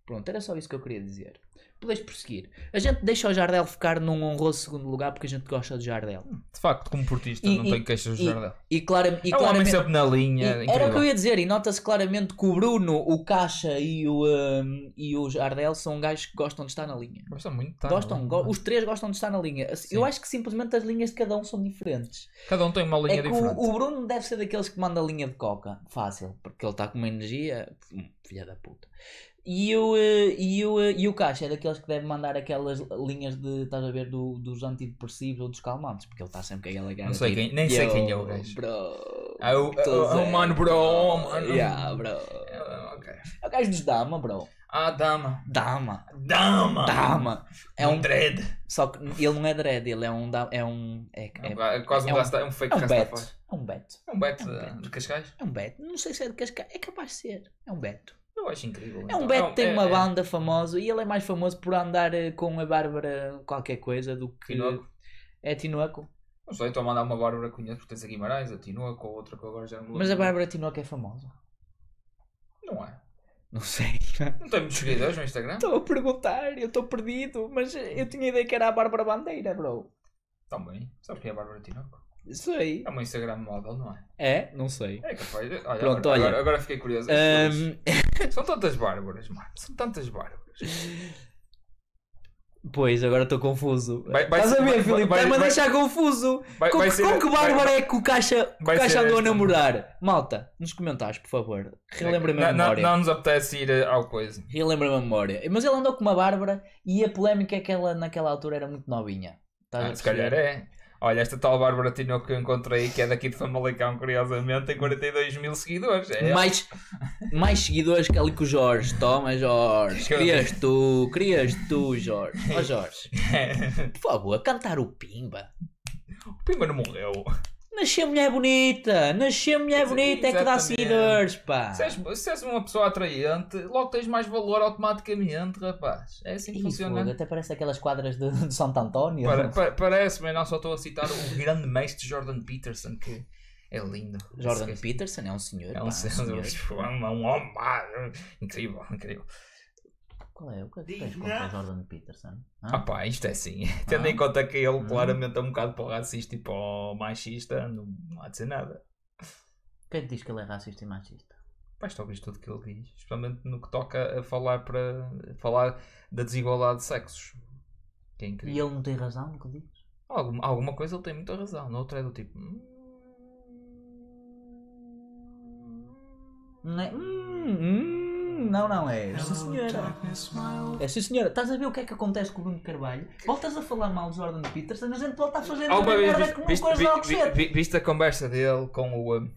Speaker 3: Pronto, era só isso que eu queria dizer. Podes prosseguir. A gente deixa o Jardel ficar num honroso segundo lugar porque a gente gosta do Jardel.
Speaker 2: De facto, como portista,
Speaker 3: E-
Speaker 2: não
Speaker 3: e-
Speaker 2: tenho queixas do
Speaker 3: e-
Speaker 2: Jardel.
Speaker 3: E, claram- e
Speaker 2: é um homem
Speaker 3: claramente.
Speaker 2: sempre na
Speaker 3: e-
Speaker 2: linha.
Speaker 3: era o que eu
Speaker 2: incrível.
Speaker 3: ia dizer, e nota-se claramente que o Bruno, o Caixa e o, hum, e o Jardel são gajos que gostam de estar na linha.
Speaker 2: Gostam muito, tá?
Speaker 3: gostam, go- os três gostam de estar na linha. Assim, Eu
Speaker 2: Sim.
Speaker 3: acho que simplesmente as linhas de cada um são diferentes.
Speaker 2: Cada um tem uma linha
Speaker 3: é que
Speaker 2: diferente.
Speaker 3: o, o Bruno deve ser daqueles que manda a linha de coca, fácil, porque ele está com uma energia, hum, filha da puta. E o, eh, e, o, eh, e o Caixa é daqueles que deve mandar aquelas linhas de, estás a ver, do- dos antidepressivos ou dos calmantes, porque ele está sempre com aquela cara.
Speaker 2: Não sei
Speaker 3: tipo,
Speaker 2: quem- nem sei quem é o
Speaker 3: "Yo,
Speaker 2: gajo."
Speaker 3: Bro,
Speaker 2: É o- é o- é o mano, bro, oh, mano.
Speaker 3: Yeah, bro.
Speaker 2: Ah, ok.
Speaker 3: É o gajo dos Dama, bro.
Speaker 2: Ah, dama.
Speaker 3: Dama,
Speaker 2: Dama!
Speaker 3: Dama. É um
Speaker 2: dread.
Speaker 3: Só que ele não é dread, ele é um. da- É um. É, é,
Speaker 2: É, um- quase
Speaker 3: é
Speaker 2: um,
Speaker 3: um-
Speaker 2: rasta- é um fake
Speaker 3: é um
Speaker 2: rastafari.
Speaker 3: beto. É um beto.
Speaker 2: É um beto
Speaker 3: É um
Speaker 2: de-
Speaker 3: beto.
Speaker 2: de Cascais?
Speaker 3: É um beto. Não sei se é de Cascais. É capaz de ser. É um beto.
Speaker 2: Eu acho incrível. então.
Speaker 3: É um beto que tem uma banda famosa e ele é mais famoso por andar eh, com a Bárbara qualquer coisa do que.
Speaker 2: Tinoco.
Speaker 3: É Tinoco.
Speaker 2: Não sei, estou a mandar uma Bárbara Cunhado porque tens a Guimarães, a Tinoco, ou outra que eu agora já não me
Speaker 3: Mas a
Speaker 2: lembro.
Speaker 3: Bárbara Tinoco é famosa.
Speaker 2: Não é.
Speaker 3: Não sei. [laughs]
Speaker 2: Não tem muitos seguidores no Instagram?
Speaker 3: Estou a perguntar, eu estou perdido. Mas eu tinha ideia que era a Bárbara Bandeira, bro.
Speaker 2: Também. Sabes quem é a Bárbara Tinoco?
Speaker 3: Sei.
Speaker 2: É uma Instagram móvel, não é?
Speaker 3: É? Não é sei.
Speaker 2: É capaz. de- Olha,
Speaker 3: Pronto,
Speaker 2: agora,
Speaker 3: olha.
Speaker 2: Agora, agora fiquei curioso.
Speaker 3: Ahm,
Speaker 2: São tantas Bárbaras, mano. São tantas Bárbaras.
Speaker 3: pois, agora estou confuso.
Speaker 2: Vai- vai
Speaker 3: Estás a
Speaker 2: ser-
Speaker 3: ver,
Speaker 2: vai-
Speaker 3: Filipe?
Speaker 2: vai-
Speaker 3: Vai-me
Speaker 2: vai-
Speaker 3: deixar confuso.
Speaker 2: Vai-
Speaker 3: Com,
Speaker 2: vai
Speaker 3: que-
Speaker 2: ser-
Speaker 3: com que
Speaker 2: vai-
Speaker 3: Bárbara é que o Caixa, o
Speaker 2: vai
Speaker 3: caixa
Speaker 2: ser
Speaker 3: andou a
Speaker 2: esta.
Speaker 3: namorar? Malta, nos comentários, por favor. Relembra-me é? a
Speaker 2: Não- não-
Speaker 3: memória.
Speaker 2: Não nos apetece ir eh, ao coisa.
Speaker 3: Relembra-me a memória. Mas ele andou com uma Bárbara e a polémica é que ela naquela altura era muito novinha. Estás a
Speaker 2: Ah, se calhar
Speaker 3: perceber?
Speaker 2: é. Olha, esta tal Bárbara Tinoco que eu encontrei, que é daqui de Famalicão, curiosamente, tem 42 mil seguidores. É ela.
Speaker 3: Mais, mais seguidores que ali com o Jorge. Toma, Jorge.
Speaker 2: Que eu-
Speaker 3: Querias tu, querias tu, Jorge.
Speaker 2: [laughs]
Speaker 3: Ó Jorge, por favor, cantar o Pimba.
Speaker 2: o Pimba não morreu.
Speaker 3: Nascer mulher bonita, nascer mulher
Speaker 2: Ex-
Speaker 3: bonita é que dá
Speaker 2: exatamente. é
Speaker 3: seguidores, pá.
Speaker 2: Se, és, se és uma pessoa atraente, logo tens mais valor automaticamente, rapaz. É assim que
Speaker 3: Ih, fogo,
Speaker 2: funciona.
Speaker 3: até parece aquelas quadras de, de Santo António.
Speaker 2: Para- pa- parece, mas não só estou a citar o grande mestre Jordan Peterson, que é lindo.
Speaker 3: Jordan
Speaker 2: Esquece.
Speaker 3: Peterson é um senhor.
Speaker 2: É
Speaker 3: pá,
Speaker 2: um, senhor, [laughs] um, um homem. pá, Incrível, incrível.
Speaker 3: Qual é? O que é que
Speaker 1: Diz-me.
Speaker 3: tens contra Jordan Peterson?
Speaker 2: Ah
Speaker 3: Hã?
Speaker 2: pá, isto é assim.
Speaker 3: Ah.
Speaker 2: Tendo em conta que
Speaker 3: Hum.
Speaker 2: ele claramente é um bocado para o racista e para o machista, não, não há de ser nada.
Speaker 3: Quem te diz que ele é racista e machista?
Speaker 2: Vais ouvir tudo que ele diz, especialmente no que toca a falar para a falar da desigualdade de sexos. Que é
Speaker 3: E
Speaker 2: incrível.
Speaker 3: ele não tem razão no que diz?
Speaker 2: Algum- alguma coisa ele tem muita razão, na outra é do tipo. "Hum,
Speaker 3: Não é? Hum, hum, não, não é. Sim,
Speaker 1: tá.
Speaker 3: senhora. É, sim, senhora. Estás a ver o que é que acontece com o Bruno Carvalho? Voltas a falar mal de Jordan Peterson, a gente volta a fazer a
Speaker 2: Alguma
Speaker 3: mesma
Speaker 2: Ah, vez
Speaker 3: merda
Speaker 2: viste,
Speaker 3: que uma
Speaker 2: viste,
Speaker 3: coisa de
Speaker 2: viste- vi-
Speaker 3: Alcochete.
Speaker 2: vi- viste a conversa dele com o, um,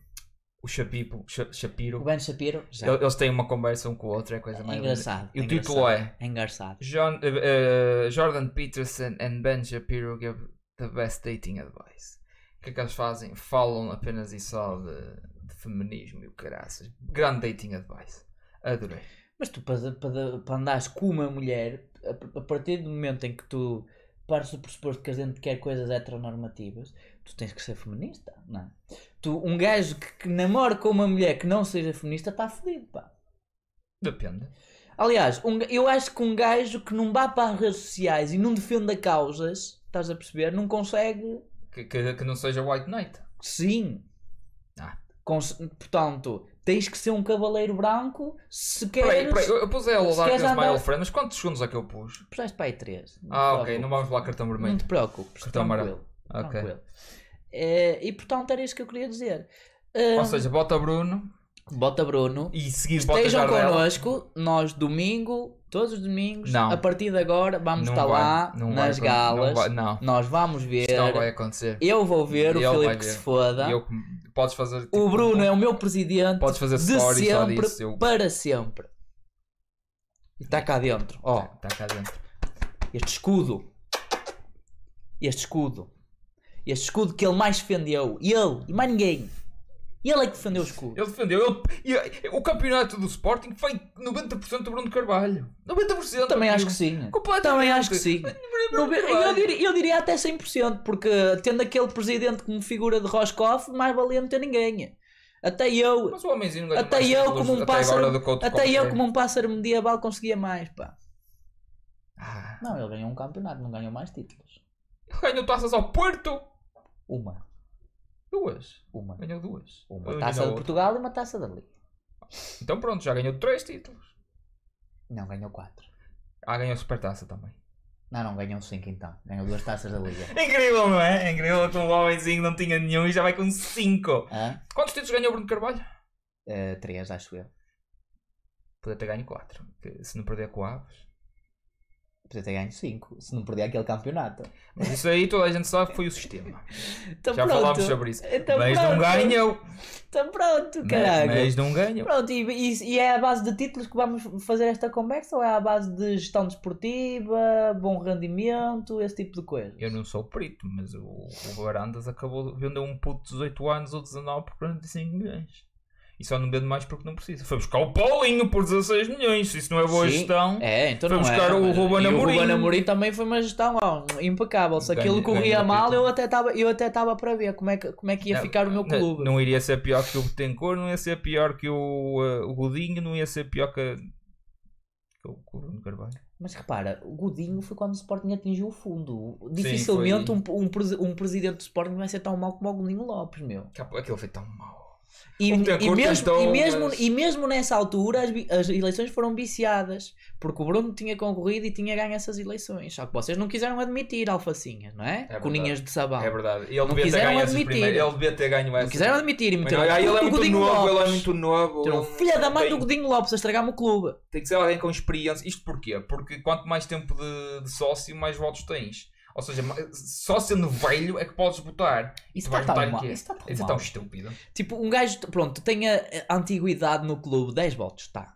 Speaker 2: o Chapipo, Cha- Shapiro?
Speaker 3: O Ben Shapiro, já.
Speaker 2: Ele- Eles têm uma conversa um com o outro, é a coisa
Speaker 3: É
Speaker 2: mais
Speaker 3: engraçado.
Speaker 2: E
Speaker 3: é
Speaker 2: o título
Speaker 3: engraçado,
Speaker 2: é
Speaker 3: É engraçado.
Speaker 2: John, eh, eh, Jordan Peterson and Ben Shapiro give the best dating advice. O que é que eles fazem? Falam apenas e só de, de feminismo e o caraças. Grande dating advice. Adorei.
Speaker 3: Mas tu, para, para, para andares com uma mulher, a, a partir do momento em que tu partes do pressuposto que a gente quer coisas heteronormativas, tu tens que ser feminista, não é? Tu, um gajo que, que namora com uma mulher que não seja feminista está fodido, pá.
Speaker 2: Depende.
Speaker 3: Aliás, um ga- eu acho que um gajo que não vá para as redes sociais e não defenda causas, estás a perceber, não consegue.
Speaker 2: Que, que, que não seja White Knight.
Speaker 3: Sim.
Speaker 2: Ah.
Speaker 3: Cons- portanto, tens que ser um cavaleiro branco se
Speaker 2: Peraí,
Speaker 3: queres.
Speaker 2: peraí, eu, eu pus a ela
Speaker 3: Se
Speaker 2: lá com
Speaker 3: queres
Speaker 2: Smile
Speaker 3: andar- Tá
Speaker 2: Friend, mas quantos segundos é que eu pus?
Speaker 3: Puseste para aí 3.
Speaker 2: Ah, ok, não vamos lá cartão
Speaker 3: Não
Speaker 2: vermelho.
Speaker 3: te preocupes,
Speaker 2: Cartão
Speaker 3: tranquilo.
Speaker 2: Ok.
Speaker 3: tranquilo. Eh, e portanto era isso que eu queria dizer. Eh,
Speaker 2: Ou seja, bota Bruno
Speaker 3: bota Bruno.
Speaker 2: e seguir bota
Speaker 3: Estejam
Speaker 2: Jardel.
Speaker 3: connosco, nós domingo, todos os domingos,
Speaker 2: Não.
Speaker 3: a partir de agora vamos
Speaker 2: Não
Speaker 3: estar
Speaker 2: vai,
Speaker 3: lá
Speaker 2: não vai,
Speaker 3: nas
Speaker 2: Bruno,
Speaker 3: galas.
Speaker 2: Não, vai, não.
Speaker 3: Nós vamos ver.
Speaker 2: Isto não vai acontecer.
Speaker 3: Eu vou ver,
Speaker 2: Ele
Speaker 3: o
Speaker 2: vai
Speaker 3: Filipe que
Speaker 2: ver.
Speaker 3: se foda.
Speaker 2: E eu que- podes fazer.
Speaker 3: O
Speaker 2: tipo,
Speaker 3: Bruno é o meu presidente
Speaker 2: Podes fazer
Speaker 3: de
Speaker 2: stories só
Speaker 3: sempre
Speaker 2: disso. Eu...
Speaker 3: para sempre. E está cá dentro. Ó,
Speaker 2: Está tá cá dentro.
Speaker 3: este escudo. Este escudo. Este escudo que ele mais defendeu. E Ele e mais ninguém. Ele é que defendeu o escudo.
Speaker 2: Ele defendeu. Ele, e- e- o campeonato do Sporting foi 90% do Bruno Carvalho. 90%.
Speaker 3: Eu também acho que sim.
Speaker 2: Completamente.
Speaker 3: Também acho que sim. Não, eu,
Speaker 2: Carvalho.
Speaker 3: diria, eu diria até 100%, porque tendo aquele presidente como figura de Roscoff, mais valia não ter ninguém. Até eu.
Speaker 2: Mas o homenzinho ganhou
Speaker 3: Até
Speaker 2: mais
Speaker 3: eu
Speaker 2: títulos
Speaker 3: como um
Speaker 2: até
Speaker 3: pássaro-
Speaker 2: agora do que outro
Speaker 3: Até eu,
Speaker 2: qualquer.
Speaker 3: como um pássaro medieval, conseguia mais, pá.
Speaker 2: Ah,
Speaker 3: Não, ele ganhou um campeonato, não ganhou mais títulos.
Speaker 2: ele ganhou taças ao Porto.
Speaker 3: Uma,
Speaker 2: Duas.
Speaker 3: uma.
Speaker 2: Ganhou duas.
Speaker 3: Uma
Speaker 2: Ele
Speaker 3: taça de
Speaker 2: ganhou outra.
Speaker 3: Portugal e uma taça da Liga.
Speaker 2: Então pronto, já ganhou três títulos.
Speaker 3: Não, ganhou quatro.
Speaker 2: Ah, ganhou a supertaça também.
Speaker 3: Não, não, ganhou cinco então. Ganhou duas taças da [laughs] Liga.
Speaker 2: Incrível, não é? Incrível que um homenzinho não tinha nenhum e já vai com cinco.
Speaker 3: Hã?
Speaker 2: Quantos títulos ganhou o Bruno Carvalho?
Speaker 3: Eh, três, acho eu.
Speaker 2: Podia ter ganho quatro. que Se não perder com o Aves.
Speaker 3: Podia ter ganho cinco, se não perder aquele campeonato.
Speaker 2: Mas isso aí toda a gente sabe que foi o sistema.
Speaker 3: [laughs] Então
Speaker 2: Já falámos sobre isso.
Speaker 3: Então
Speaker 2: mas não
Speaker 3: pronto.
Speaker 2: ganhou.
Speaker 3: Então pronto,
Speaker 2: Mas-
Speaker 3: caralho.
Speaker 2: Mas não ganhou.
Speaker 3: Pronto, e, e- e é à base de títulos que vamos fazer esta conversa ou é à base de gestão desportiva, bom rendimento, esse tipo de coisa?
Speaker 2: Eu não sou perito, mas o, o Varandas acabou de vender um puto de 18 anos ou 19 por 45 milhões. E só não vende mais porque não precisa. Foi buscar o Paulinho por 16 milhões. Se isso não é boa
Speaker 3: Sim.
Speaker 2: gestão.
Speaker 3: É, então
Speaker 2: Foi
Speaker 3: não é.
Speaker 2: buscar o
Speaker 3: mas-
Speaker 2: Ruben
Speaker 3: e
Speaker 2: Amorim.
Speaker 3: O Ruben Amorim também foi uma gestão ó, impecável. Se
Speaker 2: Ganha-
Speaker 3: aquilo corria
Speaker 2: ganha o
Speaker 3: mal,
Speaker 2: título.
Speaker 3: eu até estava eu até estava para ver como é que como é que ia
Speaker 2: Não,
Speaker 3: ficar o meu
Speaker 2: Não-
Speaker 3: clube.
Speaker 2: Não, iria ser pior que o Betancourt, não ia ser pior que o, eh, o Godinho, não ia ser pior que, que o que o Bruno Carvalho.
Speaker 3: Mas repara, o Godinho foi quando o Sporting atingiu o fundo. Dificilmente
Speaker 2: foi-
Speaker 3: um, um presi- um presidente do Sporting vai ser tão mau como o Godinho Lopes, meu.
Speaker 2: Capô, Aquilo foi tão mau.
Speaker 3: E,
Speaker 2: O Betancourt
Speaker 3: e, mesmo,
Speaker 2: tentou,
Speaker 3: e, mesmo,
Speaker 2: então, mas-
Speaker 3: e mesmo nessa altura as, vi- as eleições foram viciadas porque o Bruno tinha concorrido e tinha ganho essas eleições. Só que vocês não quiseram admitir alfacinhas, não é?
Speaker 2: verdade.
Speaker 3: Coninhas de sabão.
Speaker 2: É verdade. Ele
Speaker 3: Não
Speaker 2: devia ter
Speaker 3: quiseram
Speaker 2: ganho essas
Speaker 3: admitir.
Speaker 2: primeiras. Ele devia ter ganho
Speaker 3: não
Speaker 2: essas.
Speaker 3: quiseram admitir e meteram
Speaker 2: Então, ah, ele é
Speaker 3: tudo o
Speaker 2: muito
Speaker 3: Godinho
Speaker 2: novo, ele é
Speaker 3: Lopes.
Speaker 2: muito novo.
Speaker 3: Meteram,
Speaker 2: ele-
Speaker 3: Então, filha da mãe
Speaker 2: Bem,
Speaker 3: do Godinho Lopes a estragar-me o clube.
Speaker 2: Tem que ser alguém com experiência. Isto porquê? Porque quanto mais tempo de, de sócio, mais votos tens. Ou seja, ma- só sendo velho é que podes votar.
Speaker 3: Isso
Speaker 2: Tu vais
Speaker 3: está tão
Speaker 2: votar em
Speaker 3: mal.
Speaker 2: quê?
Speaker 3: Isso está tão
Speaker 2: Isso é
Speaker 3: mal.
Speaker 2: tão estúpido.
Speaker 3: Tipo, um gajo, pronto, tem a a antiguidade no clube, 10 votos, tá.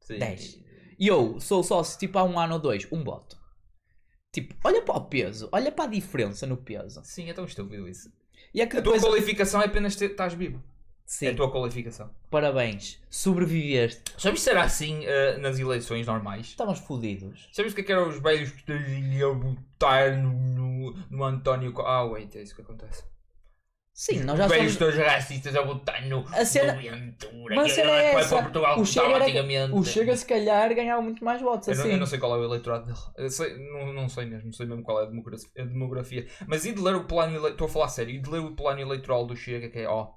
Speaker 3: está.
Speaker 2: Sim.
Speaker 3: Dez. E eu sou sócio tipo há um ano ou dois, um voto. Tipo, olha para o peso, olha para a diferença no peso.
Speaker 2: Sim, é tão estúpido isso.
Speaker 3: E é que
Speaker 2: A tua
Speaker 3: depois.
Speaker 2: qualificação é apenas ter, estás vivo. É
Speaker 3: Sim.
Speaker 2: a tua qualificação.
Speaker 3: Parabéns, sobreviveste.
Speaker 2: Sabes se era assim eh, nas eleições normais?
Speaker 3: Estávamos fodidos.
Speaker 2: Sabes o que é que eram os velhos que iam votar no, no, no António... Co- Ah, wait, é isso que acontece.
Speaker 3: Sim, nós já
Speaker 2: os velhos
Speaker 3: somos.
Speaker 2: todos racistas a votar no...
Speaker 3: A cena-
Speaker 2: no Ventura,
Speaker 3: Mas a
Speaker 2: que
Speaker 3: cena é
Speaker 2: vai
Speaker 3: essa.
Speaker 2: para Portugal
Speaker 3: O
Speaker 2: votar
Speaker 3: Chega era-
Speaker 2: antigamente.
Speaker 3: O Chega, se calhar, ganhava muito mais votos.
Speaker 2: Eu não,
Speaker 3: Assim.
Speaker 2: eu não sei qual é o eleitorado dele. Eu sei- não, não sei mesmo, não sei mesmo qual é a demografia. a demografia. Mas e de ler o plano eleitoral, estou a falar sério, e de ler o plano eleitoral do Chega, que é ó.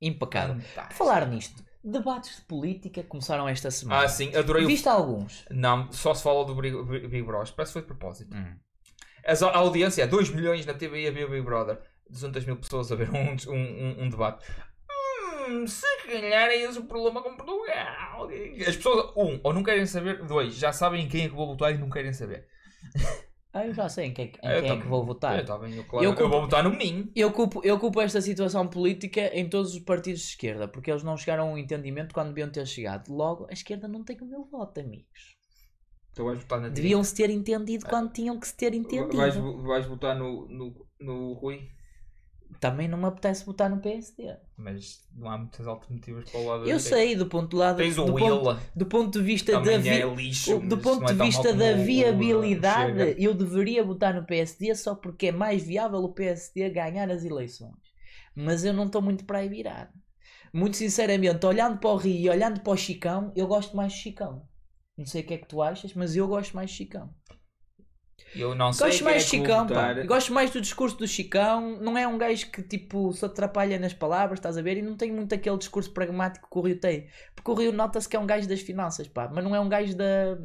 Speaker 3: Impecável.
Speaker 2: fantástico.
Speaker 3: Falar nisto, debates de política começaram esta semana.
Speaker 2: Ah, sim, adorei o.
Speaker 3: Viste alguns?
Speaker 2: Não, só se fala do Big, Big- Big Brother. Parece que foi de propósito.
Speaker 3: Hum.
Speaker 2: As- a audiência é 2 milhões na TV a ver o Big Brother. 200 mil pessoas a ver um, um, um- um debate. Hum, se calhar é esse o problema com Portugal. As pessoas, um, ou não querem saber, dois, já sabem quem é que vou votar e não querem saber.
Speaker 3: Ah, eu já sei em quem, em
Speaker 2: Eu
Speaker 3: quem é que
Speaker 2: também.
Speaker 3: vou votar.
Speaker 2: Eu, tá bem, eu, claro,
Speaker 3: Eu
Speaker 2: eu,
Speaker 3: compro-
Speaker 2: vou votar no mim.
Speaker 3: Eu culpo, eu culpo esta situação política em todos os partidos de esquerda, porque eles não chegaram a um entendimento quando deviam ter chegado. Logo, a esquerda não tem o meu voto, amigos.
Speaker 2: Tu vais votar na
Speaker 3: Deviam se ter entendido quando tinham que se ter entendido.
Speaker 2: Vais, vais votar no, no, no Rui.
Speaker 3: Também não me apetece votar no PSD.
Speaker 2: Mas não há muitas alternativas para o lado
Speaker 3: Eu
Speaker 2: direito.
Speaker 3: sei, do ponto de lado
Speaker 2: Tens
Speaker 3: do,
Speaker 2: o
Speaker 3: ponto,
Speaker 2: Willa.
Speaker 3: do ponto de vista da
Speaker 2: Também
Speaker 3: vi-
Speaker 2: é lixo.
Speaker 3: o- do
Speaker 2: mas
Speaker 3: ponto
Speaker 2: não é tão
Speaker 3: de
Speaker 2: mau
Speaker 3: vista
Speaker 2: como
Speaker 3: da
Speaker 2: o- o- o-
Speaker 3: viabilidade,
Speaker 2: Chega.
Speaker 3: eu deveria votar no PSD só porque é mais viável o PSD ganhar as eleições. Mas eu não estou muito para aí virado. Muito sinceramente, olhando para o Rio e olhando para o Chicão, eu gosto mais do Chicão. Não sei o que é que tu achas, mas eu gosto mais do Chicão.
Speaker 2: Eu não sei.
Speaker 3: Gosto
Speaker 2: quem
Speaker 3: mais
Speaker 2: é
Speaker 3: do
Speaker 2: que vou
Speaker 3: Chicão, pá.
Speaker 2: votar.
Speaker 3: Gosto mais do discurso do Chicão. Não é um gajo que tipo se atrapalha nas palavras, estás a ver? E não tem muito aquele discurso pragmático que o Rio tem. Porque o Rio nota-se que é um gajo das finanças, pá. Mas não é um gajo da,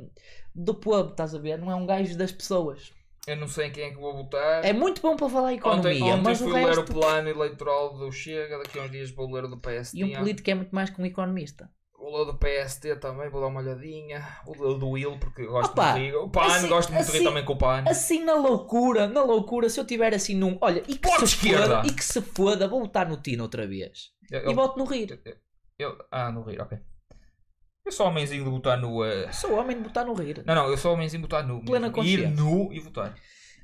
Speaker 3: do pub, estás a ver? Não é um gajo das pessoas.
Speaker 2: Eu não sei quem é que vou votar.
Speaker 3: É muito bom para falar economia,
Speaker 2: ontem ontem
Speaker 3: mas o
Speaker 2: fui
Speaker 3: resto.
Speaker 2: ler o plano eleitoral do Chega. Daqui a uns dias vou ler o do PST.
Speaker 3: E um político é muito mais que um economista.
Speaker 2: Vou ler o do PST também. Vou dar uma olhadinha. Vou ler o do Will, porque gosto
Speaker 3: Opa,
Speaker 2: muito de rir. O PAN,
Speaker 3: assim-
Speaker 2: gosto muito de
Speaker 3: assim-
Speaker 2: rir também com o PAN.
Speaker 3: Assim na loucura, na loucura, se eu tiver assim num. Olha, e que
Speaker 2: Porta
Speaker 3: se
Speaker 2: esquerda!
Speaker 3: foda, e que se foda, vou botar no Tino outra vez.
Speaker 2: Eu-
Speaker 3: E volto no rir.
Speaker 2: eu- eu- ah, no rir, ok. Eu sou homenzinho de botar no. eh,
Speaker 3: Sou homem de botar no rir.
Speaker 2: Não, não, eu sou homenzinho botar nu.
Speaker 3: Plena
Speaker 2: mesmo. Ir
Speaker 3: consciência.
Speaker 2: nu e votar.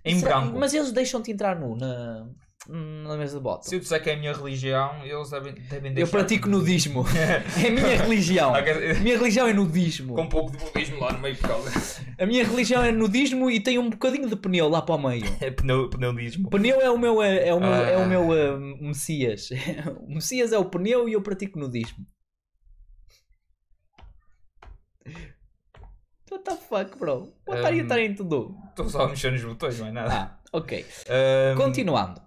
Speaker 2: Em
Speaker 3: Será-
Speaker 2: branco.
Speaker 3: é- Mas eles deixam-te entrar nu na, na mesa de bota.
Speaker 2: Se eu disser que é a minha religião, eles devem, devem
Speaker 3: Eu
Speaker 2: deixar. [laughs]
Speaker 3: pratico nudismo. É a minha religião.
Speaker 2: Ah, quer
Speaker 3: A
Speaker 2: dizer,
Speaker 3: minha religião é nudismo.
Speaker 2: Com um pouco de budismo lá no meio por
Speaker 3: [laughs]
Speaker 2: causa.
Speaker 3: A minha religião é nudismo e tem um bocadinho de pneu lá para o meio.
Speaker 2: É pneu, pneudismo.
Speaker 3: Pneu é o meu, é, é o meu, é
Speaker 2: Ah.
Speaker 3: o meu eh, Messias. [laughs] O Messias é o pneu e eu pratico nudismo. Estou What the fuck, bro? Botar
Speaker 2: Um,
Speaker 3: e entrar em tudo.
Speaker 2: Estou só a mexer nos botões, não é nada.
Speaker 3: Ah, ok.
Speaker 2: Ahm,
Speaker 3: Continuando.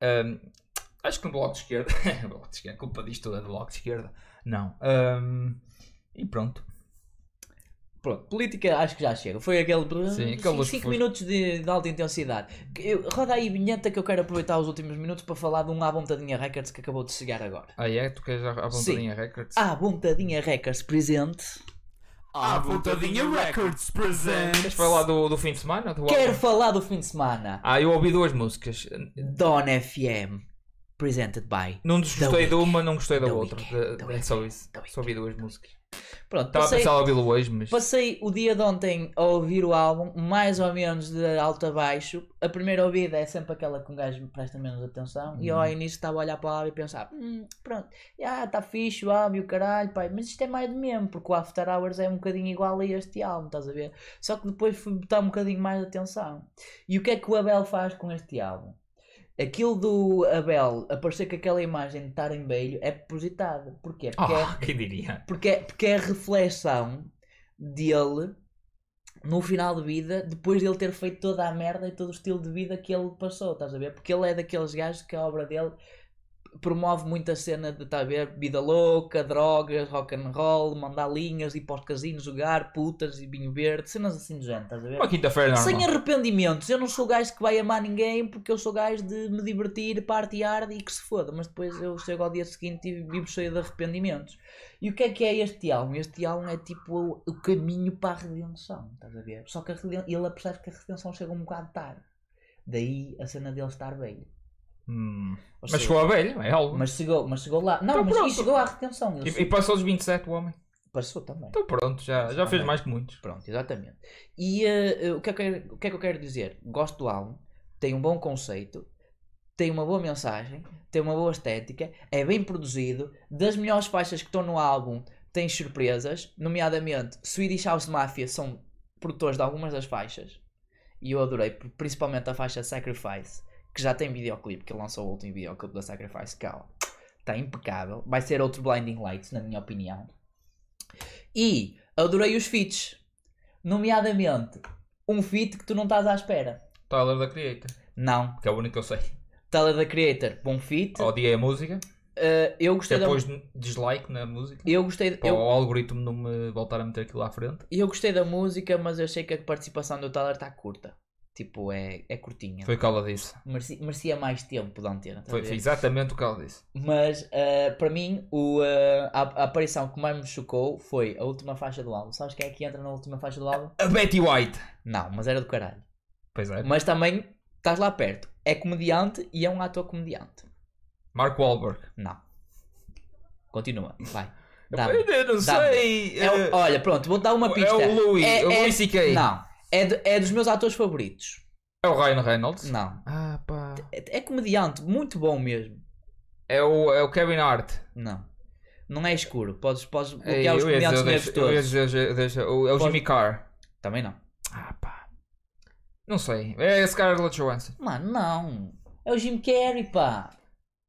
Speaker 2: ahm, acho que no bloco de esquerda. [laughs] bloco de esquerda. Culpa disto toda é do bloco de esquerda. Não. Ahm, e pronto.
Speaker 3: Pronto, política acho que já chega. Foi aquele.
Speaker 2: Sim, aquelas
Speaker 3: 5
Speaker 2: foi-
Speaker 3: minutos de, de alta intensidade. Que eu- roda aí vinheta que eu quero aproveitar os últimos minutos para falar de um à vontadinha Records que acabou de chegar agora.
Speaker 2: Ah, é? Tu queres a a vontadinha records?
Speaker 3: À vontadinha Records presente. Ah,
Speaker 1: À vontadinha Records
Speaker 2: Queres
Speaker 1: presents.
Speaker 2: falar do, do fim de semana? Do
Speaker 3: Quero
Speaker 2: álbum?
Speaker 3: falar do fim de semana.
Speaker 2: Ah, eu ouvi duas músicas.
Speaker 3: Don FM. Presented by.
Speaker 2: Não desgostei
Speaker 3: Weeknd.
Speaker 2: de uma, não gostei da
Speaker 3: The
Speaker 2: outra.
Speaker 3: Weeknd,
Speaker 2: De-
Speaker 3: The
Speaker 2: É
Speaker 3: Weeknd,
Speaker 2: só isso.
Speaker 3: The
Speaker 2: Só ouvi duas músicas.
Speaker 3: Pronto,
Speaker 2: Estava a
Speaker 3: passei,
Speaker 2: pensar em ouvi-lo hoje, mas.
Speaker 3: passei o dia de ontem a ouvir o álbum, mais ou menos de alto a baixo. A primeira ouvida é sempre aquela que um gajo me presta menos atenção. E eu ao início estava a olhar para o álbum e pensar: "Hum, pronto, já está fixe o álbum e o caralho, pai, mas isto é mais do mesmo, porque o After Hours é um bocadinho igual a este álbum, estás a ver? Só que depois fui botar um bocadinho mais de atenção. E o que é que o Abel faz com este álbum? Aquilo do Abel aparecer com aquela imagem de estar em beijo é propositado. Porquê? Porque é
Speaker 2: Ah, quem diria?
Speaker 3: porque é, porque é a reflexão dele no final de vida, depois de ele ter feito toda a merda e todo o estilo de vida que ele passou, estás a ver? Porque ele é daqueles gajos que a obra dele promove muito a cena de, estás a ver, vida louca, drogas, rock and roll, mandar linhas, ir para os casinos jogar, putas e vinho verde, cenas assim do género, estás a ver?
Speaker 2: É Uma quinta-feira normal.
Speaker 3: Sem arrependimentos, eu não sou gajo que vai amar ninguém porque eu sou gajo de me divertir, partear e que se foda, mas depois eu chego ao dia seguinte e vivo cheio de arrependimentos. E o que é que é este álbum? Este álbum é tipo o, o caminho para a redenção, estás a ver? Só que a reden- ele apercebe que a redenção chega um bocado tarde, daí a cena dele estar velho.
Speaker 2: Hum.
Speaker 3: Ou
Speaker 2: Mas
Speaker 3: seja,
Speaker 2: chegou a velho, é algo.
Speaker 3: mas chegou, mas chegou lá, não,
Speaker 2: Então
Speaker 3: mas e
Speaker 2: pronto.
Speaker 3: chegou à redenção, ele
Speaker 2: E, e passou os 27, o homem.
Speaker 3: passou também.
Speaker 2: Então pronto, já, já fez
Speaker 3: Também.
Speaker 2: mais que muitos.
Speaker 3: Pronto, exatamente. E eh, eh, o, que é que eu, quero- o que é que eu quero dizer? Gosto do álbum, tem um bom conceito, tem uma boa mensagem, tem uma boa estética, é bem produzido, das melhores faixas que estão no álbum tem surpresas, nomeadamente Swedish House Mafia são produtores de algumas das faixas e eu adorei, pr- principalmente a faixa Sacrifice, que já tem videoclipe, que ele lançou o último videoclipe da Sacrifice, que está impecável, vai ser outro Blinding Lights, na minha opinião. E adorei os feats. Nomeadamente, um feat que tu não estás à espera.
Speaker 2: Tyler da Creator,
Speaker 3: Não.
Speaker 2: que é o único que eu sei.
Speaker 3: Tyler da Creator, bom feat.
Speaker 2: Odiei a música,
Speaker 3: Eh, eu gostei da...
Speaker 2: depois dislike na música.
Speaker 3: Eu gostei,
Speaker 2: Para
Speaker 3: eu,
Speaker 2: o algoritmo não me voltar a meter aquilo à frente.
Speaker 3: eu gostei da música, mas eu achei que a participação do Tyler está curta. Tipo, é, é curtinha.
Speaker 2: Foi o que ela disse.
Speaker 3: Mereci- Merecia mais tempo de antena. estás a
Speaker 2: Foi,
Speaker 3: ver?
Speaker 2: foi exatamente o que ela disse.
Speaker 3: Mas, eh, para mim, o, eh, a, a aparição que mais me chocou foi a última faixa do álbum. Sabes quem é que entra na última faixa do álbum?
Speaker 2: A Betty White!
Speaker 3: Não, mas era do caralho.
Speaker 2: Pois é.
Speaker 3: Mas também estás lá perto. É comediante e é um ator comediante.
Speaker 2: Mark Wahlberg.
Speaker 3: Não. Continua, vai.
Speaker 2: Eu
Speaker 3: Dá-me.
Speaker 2: não
Speaker 3: Dá-me.
Speaker 2: sei.
Speaker 3: É o- olha, pronto, vou dar uma
Speaker 2: é
Speaker 3: pista.
Speaker 2: o Louis,
Speaker 3: É,
Speaker 2: o
Speaker 3: é-
Speaker 2: Louis C.K..
Speaker 3: Não. É, do- é dos meus atores favoritos.
Speaker 2: É o Ryan Reynolds.
Speaker 3: Não.
Speaker 2: Ah, pá.
Speaker 3: É, é comediante, muito bom mesmo.
Speaker 2: É o, é o Kevin Hart.
Speaker 3: Não. Não é escuro. Podes, podes
Speaker 2: É,
Speaker 3: bloquear os
Speaker 2: eu ia
Speaker 3: comediantes
Speaker 2: dizer,
Speaker 3: negros
Speaker 2: deixa- eu ia
Speaker 3: todos.
Speaker 2: dizer, deixa- deixa- o- é o
Speaker 3: Pode-
Speaker 2: Jimmy Carr.
Speaker 3: Também não.
Speaker 2: Ah, pá. Não sei. É esse Scarlett Johansson.
Speaker 3: Mano, não. É o Jim Carrey, pá.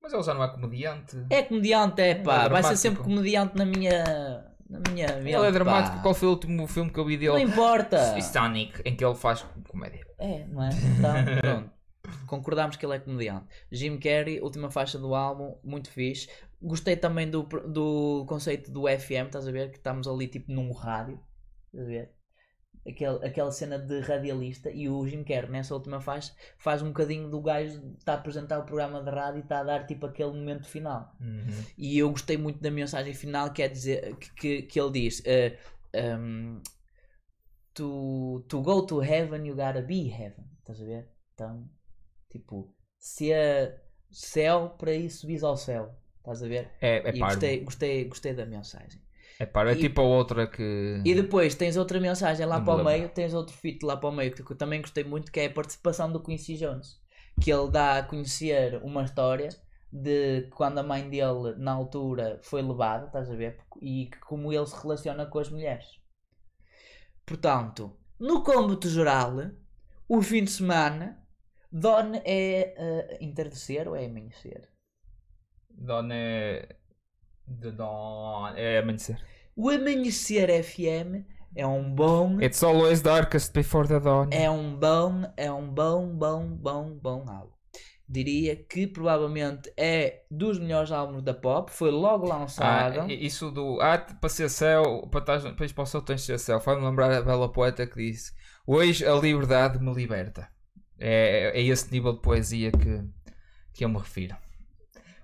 Speaker 2: Mas ele já não é comediante.
Speaker 3: É comediante, é pá.
Speaker 2: Ele é
Speaker 3: Vai ser
Speaker 2: dramático.
Speaker 3: sempre comediante na minha. Na minha.
Speaker 2: ele é dramático.
Speaker 3: Pá.
Speaker 2: Qual foi o último filme que eu vi
Speaker 3: Não
Speaker 2: dele?
Speaker 3: importa.
Speaker 2: S- Sonic, em que ele faz comédia.
Speaker 3: É, não é? Então, pronto. Concordámos que ele é comediante. Jim Carrey, última faixa do álbum, muito fixe. Gostei também do, pr- do conceito do FM, estás a ver? Que estamos ali tipo num rádio, estás a ver? Aquele, aquela cena de radialista e o Jim Carrey nessa última faixa faz um bocadinho do gajo que está a apresentar o programa de rádio e está a dar tipo aquele momento final. E eu gostei muito da mensagem final que, é dizer, que, que, que ele diz: eh, um, to, to go to heaven, you gotta be heaven. Estás a ver? Então, tipo, se é céu, para isso subis ao céu. Estás a ver?
Speaker 2: É, é
Speaker 3: e
Speaker 2: parvo.
Speaker 3: gostei, gostei, gostei da mensagem.
Speaker 2: É parvo. É
Speaker 3: E-
Speaker 2: tipo a outra que...
Speaker 3: E depois tens outra mensagem lá
Speaker 2: Não me
Speaker 3: para o
Speaker 2: lembro.
Speaker 3: meio, tens outro feat lá para o meio que eu também gostei muito, que é a participação do Quincy Jones, que ele dá a conhecer uma história de quando a mãe dele na altura foi levada, estás a ver? E que como ele se relaciona com as mulheres. Portanto, no cômputo geral, o fim de semana, Don é eh, entardecer ou é amanhecer?
Speaker 2: Don é... De Don... É amanhecer.
Speaker 3: O Amanhecer FM É um bom.
Speaker 2: It's always darkest before the dawn.
Speaker 3: É um bom, é um bom, bom, bom, bom álbum. Diria que provavelmente é dos melhores álbuns da pop. Foi logo lançado.
Speaker 2: Ah, i- isso do ah, t- para ser céu, para estás- para ires para o céu tens de ser céu. Faz-me lembrar a bela poeta que disse: Hoje a liberdade me liberta. É, é esse nível de poesia que, que eu me refiro.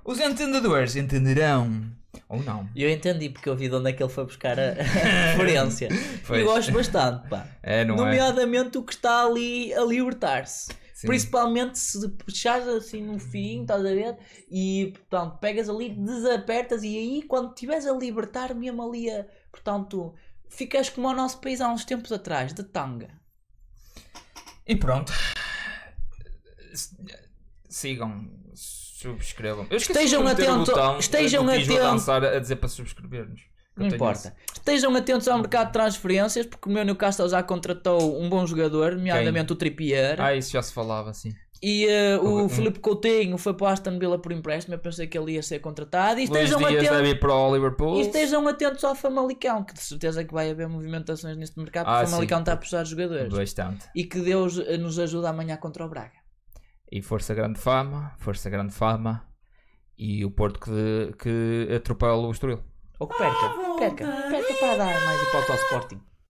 Speaker 2: Os entendedores entenderão. Ou não.
Speaker 3: Eu entendi porque eu vi de onde é que ele foi
Speaker 2: [laughs]
Speaker 3: buscar a, a referência.
Speaker 2: Pois.
Speaker 3: Eu gosto bastante, pá.
Speaker 2: É, [laughs] não é?
Speaker 3: Nomeadamente o que está ali a libertar-se.
Speaker 2: Sim.
Speaker 3: Principalmente se puxares assim no fim, estás a ver? E portanto pegas ali, desapertas e aí quando estiveres a libertar mesmo ali a. Portanto, ficas como o nosso país há uns tempos atrás, de tanga.
Speaker 2: E pronto. S- Sigam, subscrevam. Eu esqueci
Speaker 3: Estejam
Speaker 2: de meter o
Speaker 3: atento-
Speaker 2: botão,
Speaker 3: estejam
Speaker 2: do Tijo a
Speaker 3: atento-
Speaker 2: dançar a dizer para subscrevermos. Eu
Speaker 3: Não
Speaker 2: tenho
Speaker 3: importa. Estejam atentos ao mercado de transferências, porque o meu Newcastle já contratou um bom jogador, nomeadamente o Trippier.
Speaker 2: esse- Ah, isso já se falava assim.
Speaker 3: E eh, o
Speaker 2: Hum.
Speaker 3: Felipe Coutinho foi para o Aston Villa por empréstimo. Eu pensei que ele ia ser contratado. E
Speaker 2: Luís
Speaker 3: estejam,
Speaker 2: Dias é
Speaker 3: atentos,
Speaker 2: deve ir para o Liverpool.
Speaker 3: e estejam atentos ao Famalicão, que de certeza que vai haver movimentações neste mercado, porque
Speaker 2: Ah,
Speaker 3: o Famalicão
Speaker 2: sim.
Speaker 3: está a puxar jogadores.
Speaker 2: Bastante.
Speaker 3: E que Deus eh, nos ajude amanhã contra o Braga.
Speaker 2: E força grande fama, força grande fama. E o Porto que, que atropela o Estoril.
Speaker 3: Ou que perca. Perca. Perca para dar mais hipótese ao Sporting.